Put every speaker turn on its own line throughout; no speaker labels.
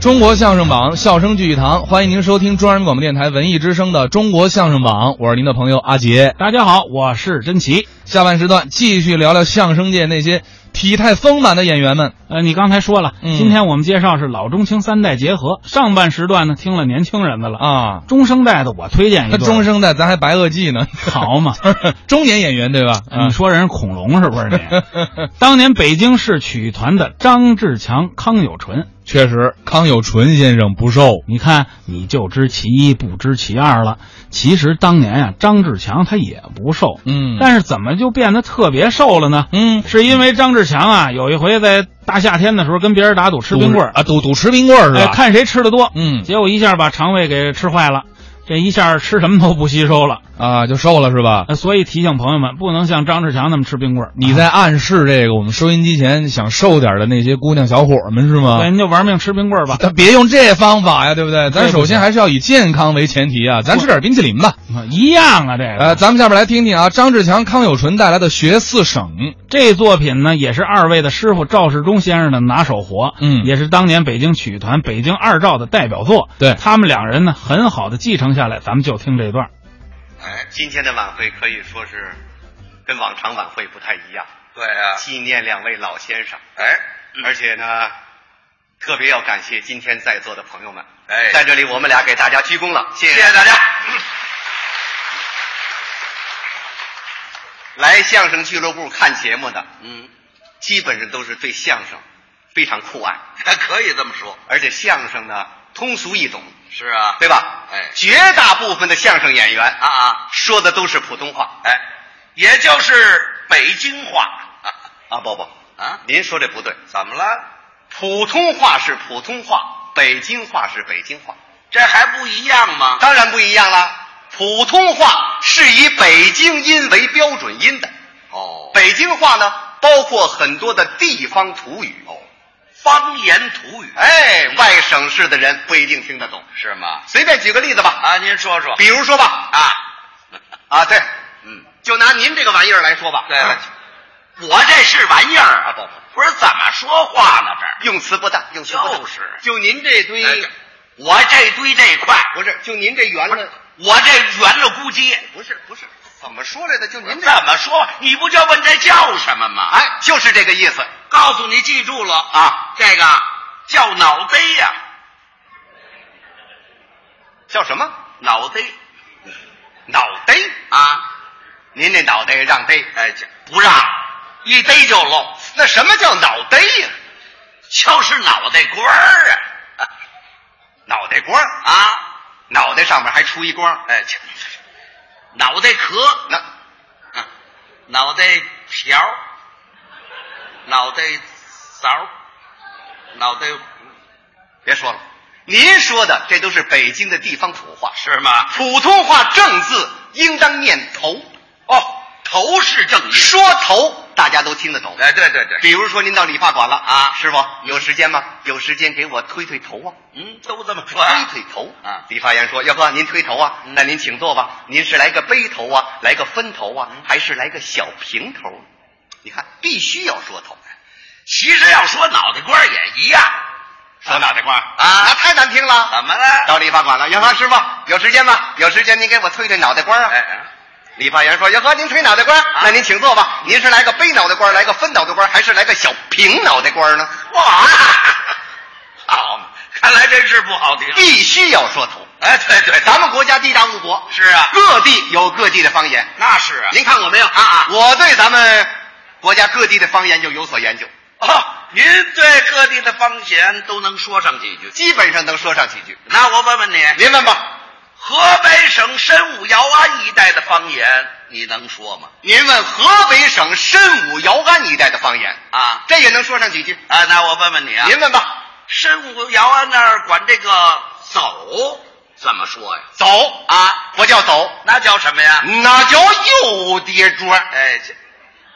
中国相声榜，笑声聚一堂，欢迎您收听中央人民广播电台文艺之声的《中国相声榜》，我是您的朋友阿杰。
大家好，我是甄奇。
下半时段继续聊聊相声界那些体态丰满的演员们。
呃，你刚才说了，
嗯
今天我们介绍是老中青三代结合。上半时段呢，听了年轻人的了，
啊，
中生代的我推荐一
那
段，
中生代咱还白垩纪呢，
好 嘛。呃
中年演员对吧？啊
你说人是恐龙是不是 你？当年北京市曲艺团的张志强、康有纯，
确实，康有纯先生不瘦，
你看你就知其一不知其二了。其实当年啊，张志强他也不瘦，
嗯
但是怎么就变得特别瘦了呢？
嗯，
是因为张志强啊，有一回在大夏天的时候跟别人打赌吃冰棍儿，
啊，赌赌吃冰棍儿是
哎，
吧？
看谁吃的多，
嗯
结果一下把肠胃给吃坏了，这一下吃什么都不吸收了。
啊，就瘦了是吧？
呃所以提醒朋友们，不能像张志强那么吃冰棍儿。
你在暗示这个我们收音机前想瘦点的那些姑娘小伙儿们是吗？
啊哎对，您就玩命吃冰棍儿吧。
咱别用这方法呀，对不对？咱
对
首先还是要以健康为前提啊，咱吃点冰淇淋吧。
一样啊，这个、
呃，咱们下面来听听啊，张志强、康有纯带来的《学四省》。
这作品呢，也是二位的师傅赵世忠先生的拿手活，
嗯
也是当年北京曲艺团北京二赵的代表作。
对
他们两人呢，很好的继承下来。咱们就听这段儿。
哎，
今天的晚会可以说是跟往常晚会不太一样，
对啊，
纪念两位老先生，
哎，
而且呢，特别要感谢今天在座的朋友们，
哎
在这里我们俩给大家鞠躬了，谢
谢
谢
谢大家。
来相声俱乐部看节目的，
嗯，
基本上都是对相声非常酷爱，
还可以这么说，
而且相声呢通俗易懂，
是啊，
对吧？
哎
绝大部分的相声演员
啊啊，
说的都是普通话
哎，也就是北京话
啊，不不，
啊，
您说这不对，
怎么了？
普通话是普通话，北京话是北京话，
这还不一样吗？
当然不一样了。普通话是以北京音为标准音的，
哦北
北京话呢包括很多的地方土语。哦，
方言土语，
哎，外省市的人不一定听得懂。
是吗？
随便举个例子吧，
啊，您说说
比如说吧，啊
啊，
啊，对，
嗯，
就拿您这个玩意儿来说吧，啊
对，我这是玩意儿啊，不不，不是怎么说话呢？这
用词不当，用词不当，
就是
就您这堆，
哎我这堆这块，
不是，就您这圆
不
了
是，我这圆了咕叽。
不是不是，怎么说来的？就您这，
怎么说？你不就问这叫什么吗？
哎，就是这个意思。
告诉你，记住了
啊，
这个叫脑袋呀、
叫什么？
脑袋
脑袋？
啊，
您这脑袋让逮？
哎，这不让一逮就漏，
那什么叫脑袋呀？
就是脑袋瓜儿啊
脑袋瓜儿，
啊，
脑袋上面还出一光。
哎，这脑袋壳，
那
啊脑袋瓢儿，脑袋勺儿，脑袋
别说了，您说的这都是北京的地方土话，
是吗？
普通话正字应当念头。
哦，头是正音。
说头大家都听得懂。
哎，对对对，
比如说您到理发馆了
啊
师傅有时间吗？有时间给我推推头啊。
嗯，都这么说
推
呀、
推头
啊
理发员说：“要不您推头啊？
嗯
那您请坐吧。您是来个背头啊，来个分头啊，
嗯
还是来个小平头？你看，必须要说头，
其实要说脑袋瓜儿也一样。
说脑袋瓜
啊
那太难听了。
怎么了？
到理发馆了，杨华师傅有时间吗？有时间您给我推推脑袋瓜啊。
哎，哎啊
理发员说：“杨华，您推脑袋瓜，那您请坐吧。您是来个背脑袋瓜，来个分脑袋瓜，还是来个小平脑袋瓜呢？
哇，好嘛，看来真是不好听。
必须要说头。
哎，对对，
咱们国家地大物博，
是啊，
各地有各地的方言。
那是啊。
您看过没有
啊啊
我对咱们国家各地的方言就有所研究，
哦，您对各地的方言都能说上几句？
基本上能说上几句。
那我问问你，
您问吧，
河北省申武姚安一带的方言你能说吗？
您问河北省申武姚安一带的方言，
啊
这也能说上几句。
啊，那我问问你啊，
您问吧，
申武姚安那儿管这个走怎么说呀？
走，
啊，
不叫走，
那叫什么呀？
那叫右叠桌。
哎，这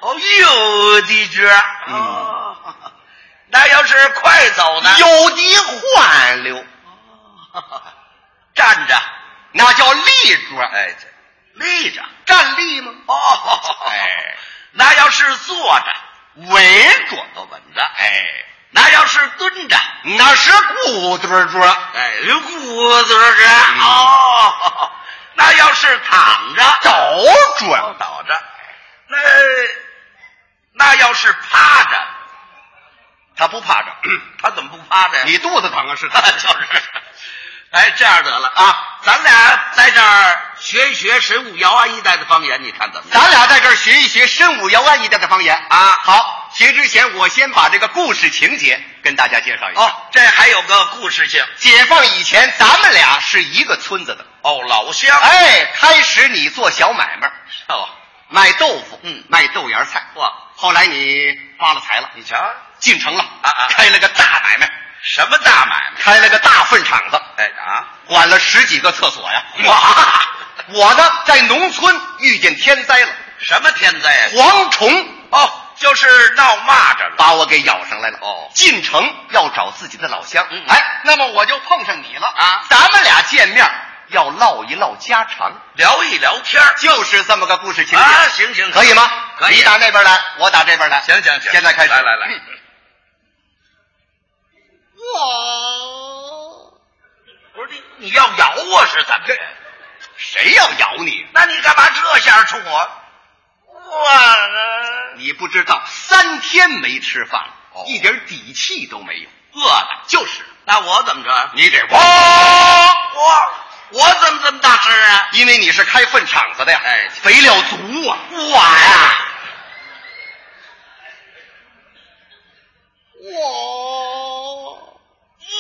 哦，有的角儿，
嗯
哦，那要是快走呢？哦
有的换溜，
站着，
那叫立桌。
哎，这立着，
站立吗？
哦，
哎，
那要是坐着，
围桌。
都稳着，哎，哪要是蹲着，
哪是骨墩墩？
哎，骨子是啊
嗯
哦， 那要是躺着，哦
倒转
倒着，那那要是趴着，
他不趴着，
嗯他怎么不趴着呀？？
你肚子疼啊 是
就是，哎，这样得了啊，咱俩在这儿学一学神武姚安一带的方言，你看怎么样？
咱俩在这儿学一学申武姚安一带的方言啊。
啊，
好，学之前我先把这个故事情节跟大家介绍一下。
哦，这还有个故事性
解放以前，咱们俩是一个村子的。
哦，老乡，
哎，开始你做小买卖，
哦，
卖豆腐，
嗯
卖豆芽菜。
哇，
后来你发了财了，
你瞧
进城了，
啊啊
开了个大买卖，
什么大买卖？
开了个大粪场子，
哎啊，
管了十几个厕所呀。
哇，
我呢，在农村遇见天灾了，
什么天灾呀？
蝗虫
哦，就是闹蚂蚱了。
把我给咬上来了。
哦
进城要找自己的老乡，
嗯
哎，那么我就碰上你了
啊
咱们俩见面要唠一唠家常，
聊一聊天儿
就是这么个故事情节，
啊，行行，
可以吗？
可以
你打那边来，我打这边来。
行行行，
现在开始，
来来来，
嗯
我不是你，你要咬我是怎么着？
谁要咬你？
那你干嘛这下冲我？我
你不知道，三天没吃饭了，
哦
一点底气都没有。
饿了，
就是，
那我怎么着？
你得哇，
我我怎么这么大声啊？
因为你是开粪场子的呀，
哎
肥料足啊，
我呀，我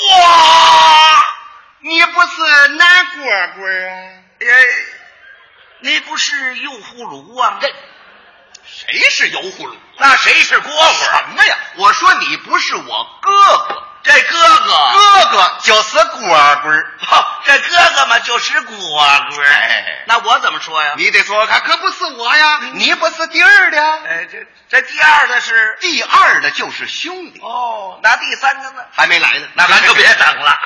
我，
你不是南蝈蝈啊？
哎，你不是油葫芦啊？
这谁是油葫芦？
那谁是蝈蝈？
什么呀？我说你不是我哥哥，
这哥哥，
哥哥就是蝈蝈。
哦这哥哥嘛就是蝈蝈。
哎
那我怎么说呀？嗯
你得说说看，可不是我呀，你不是第二的呀，
哎，这这第二个是
第二的就是兄弟，
哦，那第三个呢？
还没来呢。
那咱就别等 了。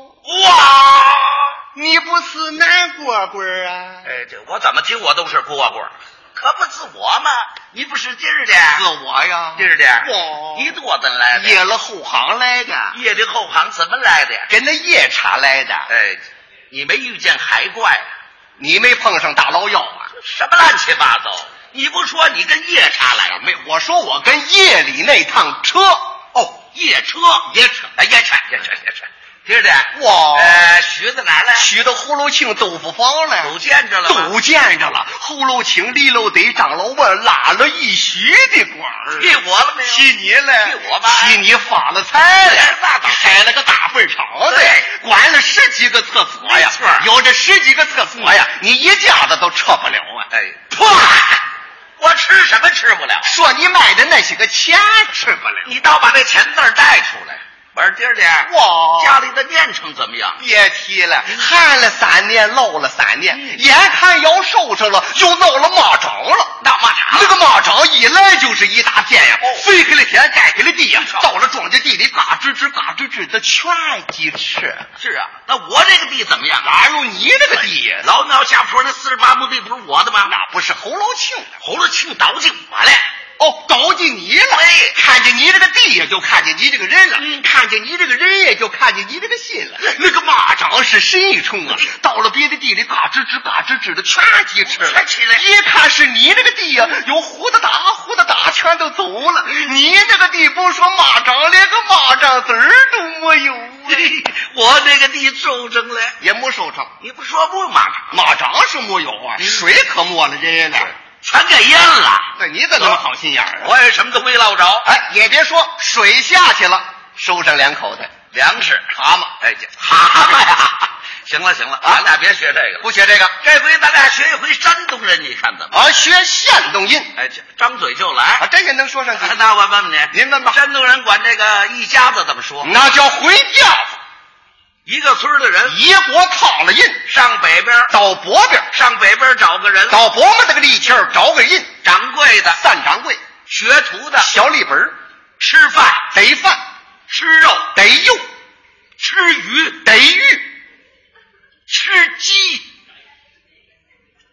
哇哇！
你不是南蝈蝈啊？
哎，这我怎么听我都是蝈蝈，可不是我吗？你不是今儿的，
是我呀，
今儿
哇
的，你多怎来的？
夜了后行来的，
夜的后行怎么来的？
跟那夜叉来的，
哎，你没遇见海怪啊？
你没碰上大捞药啊？
什么乱七八糟？你不说你跟夜叉来的？
没，我说我跟夜里那趟车，
哦，夜车，夜车，哎，夜叉，夜叉，夜叉，今儿的，
哇
呃，徐子哪儿来？
取到呼噜庆豆腐包来，
都见着了吗
都见着了，呼噜情里喽得长楼问，拉了一席的官儿，
替我了没有？
替你了，
替我吧哎
替你发了财了，开了个大粪场子呀，
对
管了十几个厕所呀
没错儿，嗯
有这十几个厕所呀，你一家子都撤不了啊！
哎，
啪，
我吃什么吃不了？
说你卖的那些个钱吃不了，
你倒把那钱字儿带出来。我说弟儿姐，
哇
家里的面成怎么样？
哦
嗯
别提了，旱了三年，涝了三年，眼看要收成了，又闹了蚂蚱了。
那蚂蚱
那个蚂蚱一来就是一大片呀
哦，啊
飞开了天，盖开了地呀
你瞧，
到了庄稼地里，嘎吱吱，嘎吱吱的全鸡吃。
是啊，那我这个地怎么样？啊
哪有你这个地呀？
老庙下坡那四十八亩地不是我的吗？
那不是侯楼庆的
葫芦庆倒进我来，
哦，搞进你了。看见你这个地呀，就看见你这个人了；
哎嗯
看见你这个人也就看见你这个心了。那个蚂蚱是身一冲
哎
啊，到了别的地里，嘎吱吱、嘎吱吱的全鸡吃了
全。起来嗯
一看是你这个地呀、有胡子打胡子打，全都走了。你这个地不说蚂蚱，连个蚂蚱子儿都没有啊，
我这个地收成了。
也没收成。
你不说不蚂蚱，
蚂蚱是没有啊，
嗯
水可没了人家了。
全给淹了。
那你怎么好心眼儿啊？
我也什么都没捞着。
哎，也别说水下去了，收上两口袋
粮食
蛤蟆，啊
哎，这蛤蟆呀！ 行了行了，咱俩别学这个了。
不学这个
这回咱俩学一回山东人，你看怎么？
啊，学现动音
哎，这张嘴就
啊，
来。
这个能说上几句？
那我问问你，
您问吧
山东人管这个一家子怎么说？
那叫回家子，
一个村儿的人
一国抗了印，
上北边儿，
到脖边儿，
上北边儿找个人，
到脖们那个地气儿找个印，
掌柜的、
散掌柜，
学徒的，
小立本儿
吃饭、
得饭，
吃肉、
得肉，
吃鱼、
得玉，
吃鸡。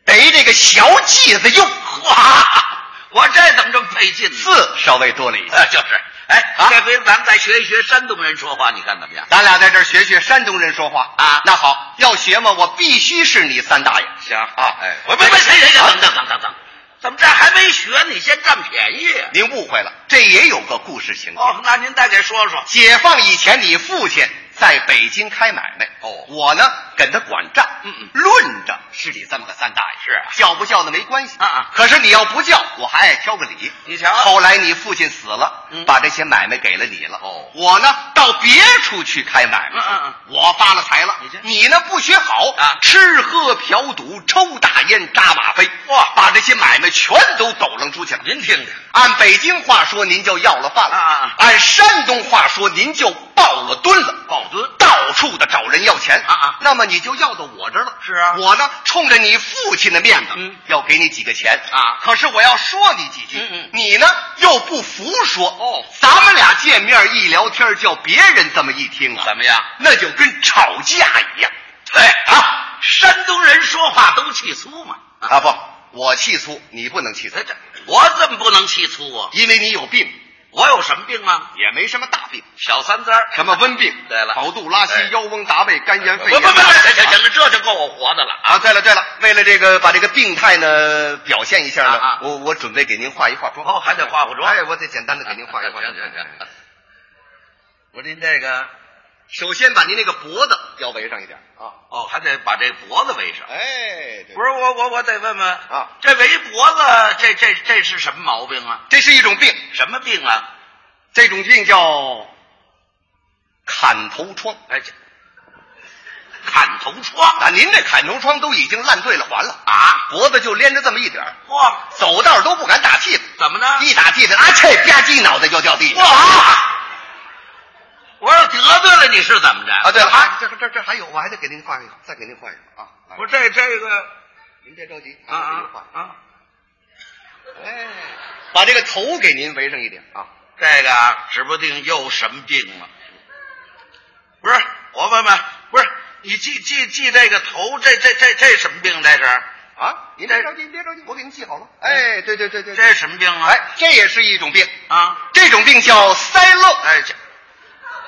得这个小剂子用。
哇，我这怎么这么费劲呢？
字稍微多了一些。
啊，就是，哎，
啊
这回咱们再学一学山东人说话，你看怎么样？
咱俩在这儿学学山东人说话
啊
那好，要学嘛，我必须是你三大爷。
行
啊
哎，我不不，谁谁等等等等等，啊怎么这还没学？你先占便宜呀？
您误会了，这也有个故事情节。
哦，那您再给说说。
解放以前，你父亲在北京开买卖，
哦
我呢跟他管账，
嗯嗯
论着是你这么个三大爷，
是啊
叫不叫的没关系
啊啊
可是你要不叫，我还爱挑个理。
你瞧
后来你父亲死了，
嗯
把这些买卖给了你了，
哦
我呢到别处去开买卖，
嗯嗯
我发了财了，
你这
你呢不学好
啊
吃喝嫖赌抽大烟扎马飞，哇，把这些买卖全都抖楞出去了。
您听听，
按北京话说，您就要了饭了；
啊啊啊
按山东话说，您就抱了蹲了。
抱蹲
到处的找人要钱
啊啊
那么你就要到我这儿了。
是啊
我呢，冲着你父亲的面子，
嗯
要给你几个钱
啊
可是我要说你几句，
嗯嗯
你呢又不服说。
哦
咱们俩见面一聊天，叫别人这么一听啊，
怎么样？
那就跟吵架一样。
对啊，山东人说话都气粗嘛。啊，
啊不，我气粗，你不能气粗
这，这我怎么不能气粗啊？
因为你有病，
我有什么病吗？
也没什么大病。
小三灾儿
什么温病？
对了
饱肚拉稀
哎、
腰翁达背、肝炎、
不
肺
不
炎。
不不，行行行了，这就够我活的了啊！
啊！对了对了，为了这个把这个病态呢表现一下呢，
啊啊
我我准备给您化一化妆。
哦还得化化妆
哎，我得简单的给您化一化妆。
行行行。我您这个
首先把您那个脖子要围上一点啊。
哦，还得把这脖子围上。
哎，
不是我我我得问问
啊，
这围脖子这这这是什么毛病啊？
这是一种病，
什么病啊？
这种病叫砍头疮。
哎，这砍头疮
啊，您这砍头疮都已经烂醉了环了，
啊！
脖子就连着这么一点儿
哇，
走道都不敢打气了，
怎么呢？啊
一打气了，啊切吧唧，脑袋就掉地上。
哇！我要得罪了你是怎么着
啊，对了，
啊，
这这这还有，我还得给您换一个，再给您换一个啊。来
我这这个
您别着急
啊
马上给您
啊
换
啊，
哎，把这个头给您围上一点啊。
这个啊指不定又什么病了。不是，我问问，不是你记记记这个头，这这这这什么病？这是
啊，您
这
别着急，您别着急，我给您记好了。哎，对对对对，
这是什么病啊？
哎，这也是一种病，
啊，
这种病叫腮漏
哎这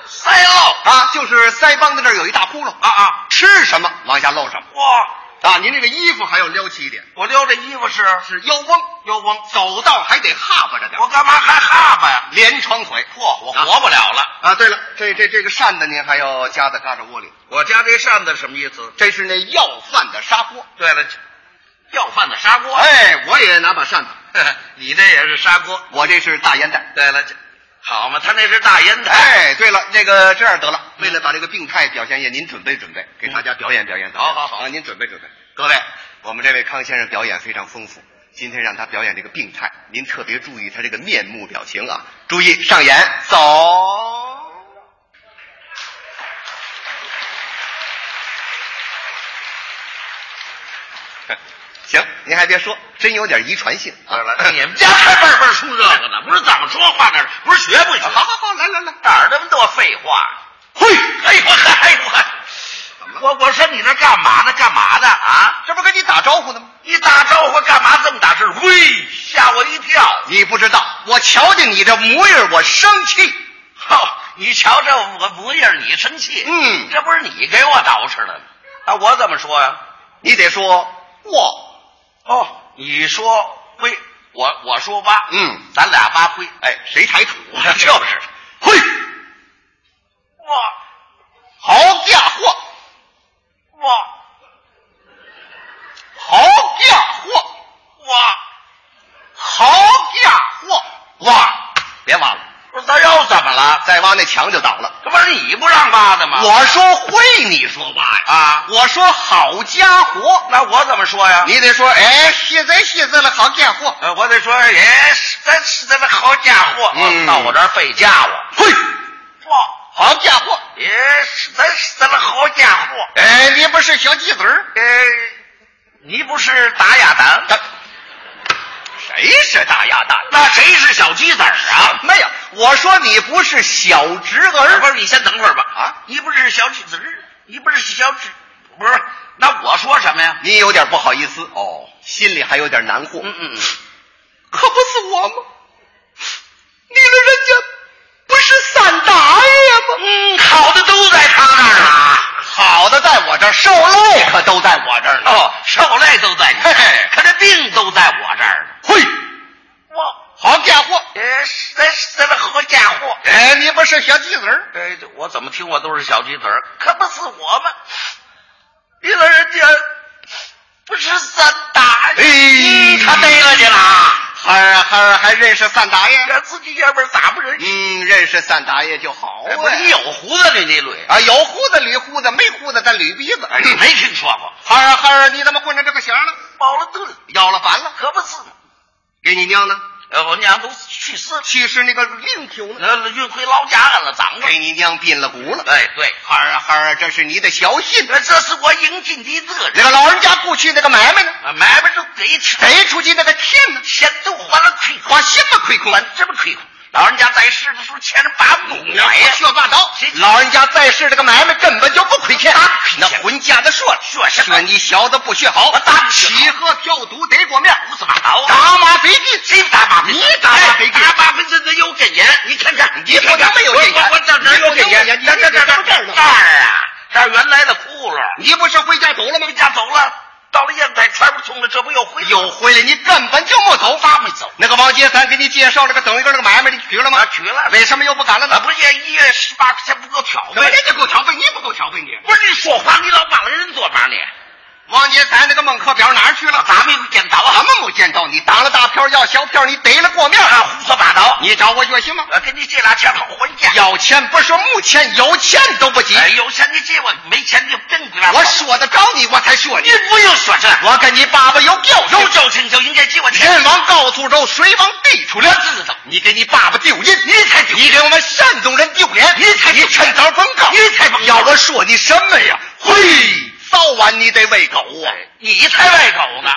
腮漏
啊，就是腮帮子这儿有一大窟窿，
啊啊！
吃什么往下漏什么
哇，
啊。您这个衣服还要撩起一点，
我溜这衣服是
是腰翁，
又翁，
走道还得哈巴着点
我，干嘛还哈巴呀？
连床腿。嚯，
我活不了了。
啊！对了，这这这个扇子您还要夹在胳肢窝里，
我家这扇子什么意思？
这是那要饭的砂锅。
对了，要饭的砂锅。
哎，我也拿把扇子，
你这也是砂锅。
我这是大烟袋。
对了，这好嘛，他那是大烟台。
哎，对了，那个这样得了，为了把这个病态表现一下，您准备准备，给大家表演表演。
嗯好好好
啊，您准备准备。各位，我们这位康先生表演非常丰富，今天让他表演这个病态，您特别注意他这个面目表情啊，注意上演，走。 行，您还别说，真有点遗传性啊。
对哎了，你们家还辈儿辈儿出这个呢？不是怎么说话呢？不是学不学？
好好好，来来来，
哪儿那么多废话呀？
嘿，
哎呦我哎呦我，我我说你那干嘛呢？干嘛呢？啊？
这不跟你打招呼呢吗？
一打招呼干嘛这么大声？喂，吓我一跳！
你不知道，我瞧见你这模样，我生 气。
哼，你瞧这我模样，你生气？
嗯
这不是你给我捯饬的吗？啊，我怎么说呀、
你得说哇，
哦，你说喂，我我说挖，
嗯
咱俩挖灰，
哎，谁抬土？
就是，
嘿，
哇
好家伙，
哇
好家伙，
哇！
好家伙，哇！别挖了，
不是咱又怎么了？
再挖那墙就倒了。
这不是你不让挖的吗？
我说会，你说挖呀？
啊，
我说好家伙，
那我怎么说呀？
你得说哎，现在现在了，好家伙，
呃，我得说，哎，咱是咱这好家伙，
嗯
到我这儿费家伙，
嘿，
哇！
好家伙，
哎，是咱是咱这好家伙，
哎，你不是小鸡子儿？
哎，你不是打哑
咱
蛋，
谁是大鸭蛋？
那谁是小鸡子儿啊？
没有，我说你不是小侄儿，
不是，你先等会儿吧。
啊
你不是小侄子儿，你不是小侄，不是？那我说什么呀？
你有点不好意思哦，心里还有点难过。
嗯嗯，
可不是我吗？你的人家不是散打爷吗？
嗯，好的都在他那儿呢。
好的在我这儿，受累可都在我这儿呢。
哦，受累都在你，
嘿嘿
可这病都在我这儿呢。
嘿，
我，
好家伙！
呃，咱咱们好家伙，
哎，你不是小鸡子儿？
哎，我怎么听我都是小鸡腿儿，可不是我吗？你老人家不是散打的，
哎
嗯他逮了你了啊，
还还还认识散打爷？
这自己爷们儿打不人。
嗯，认识散打爷就好
哎不是
哎
你有胡子捋你捋，
啊，有胡子捋胡子，没胡子咱捋鼻子。
你没听说过？
孩儿孩儿，你怎么混成这个形了？
报了盾，
要了烦了，
可不是吗？
给你娘呢？
呃，我娘都去世了，
去世那个令兄呢？
呃，运回老家了，长着。
给你娘鬓了骨了。
哎，对，
孩儿啊孩儿，这是你得小心。
呃这是我应尽的责
那
任。
个老人家过去那个买卖呢？
啊，买卖都给起来，
贼出去那个钱呢？
钱都花了亏空，
花什么亏空？
管这么亏空。老人家在世的时候，钱把不拢来呀，
胡说八道
谁！
老人家在世这个买卖根本就不亏欠
他亏欠。
那混家的说了，
说什么
说你小子不学好，
我打你学好
起喝嫖赌得过面，
胡说八道啊
打马贼进，
谁打八分？
你打马
哎
贼进，
打八分针，这有根烟，你看看，
你不
看看
能没有根烟
我我我这哪有根烟？
你不能没有根烟
这这这
你这这
这
儿呢
这儿啊，这儿原来的窟窿，
你不是回家走了吗
回？家走了，到了烟台全不通了，这不又回来
又回来，你根本就没走，
发没走？
那个王杰三给你介绍了个等一个那个买卖，你去了吗？
去了
为什么又不敢了
啊，
呢？
不是一月十八块钱不够挑
怎么
费？
人家够挑费，你不够挑费你？
不是你说话，你老帮人做嘛呢？
王杰三那个孟课表哪儿去了？
咱们有见到啊
怎？么没见到你？打了大票要小票，你逮了过面
啊，胡说八道！
你找我岳行吗？
我跟你借俩钱好还价。
要钱不是目前，有钱都不急。
哎，有钱你借我，没钱你就挣回来。
我说得着你，我才说
你
你。
不用说这，
我跟你爸爸有交情
有，交情就应该借我钱。
天往高处走，水往低处流。
知道
你给你爸爸丢人，你才你给我们山东人丢脸，你才你趁早滚告，
你才甭告
要我说你什么呀？嘿，早晚你得喂狗啊！
哎你才喂狗呢！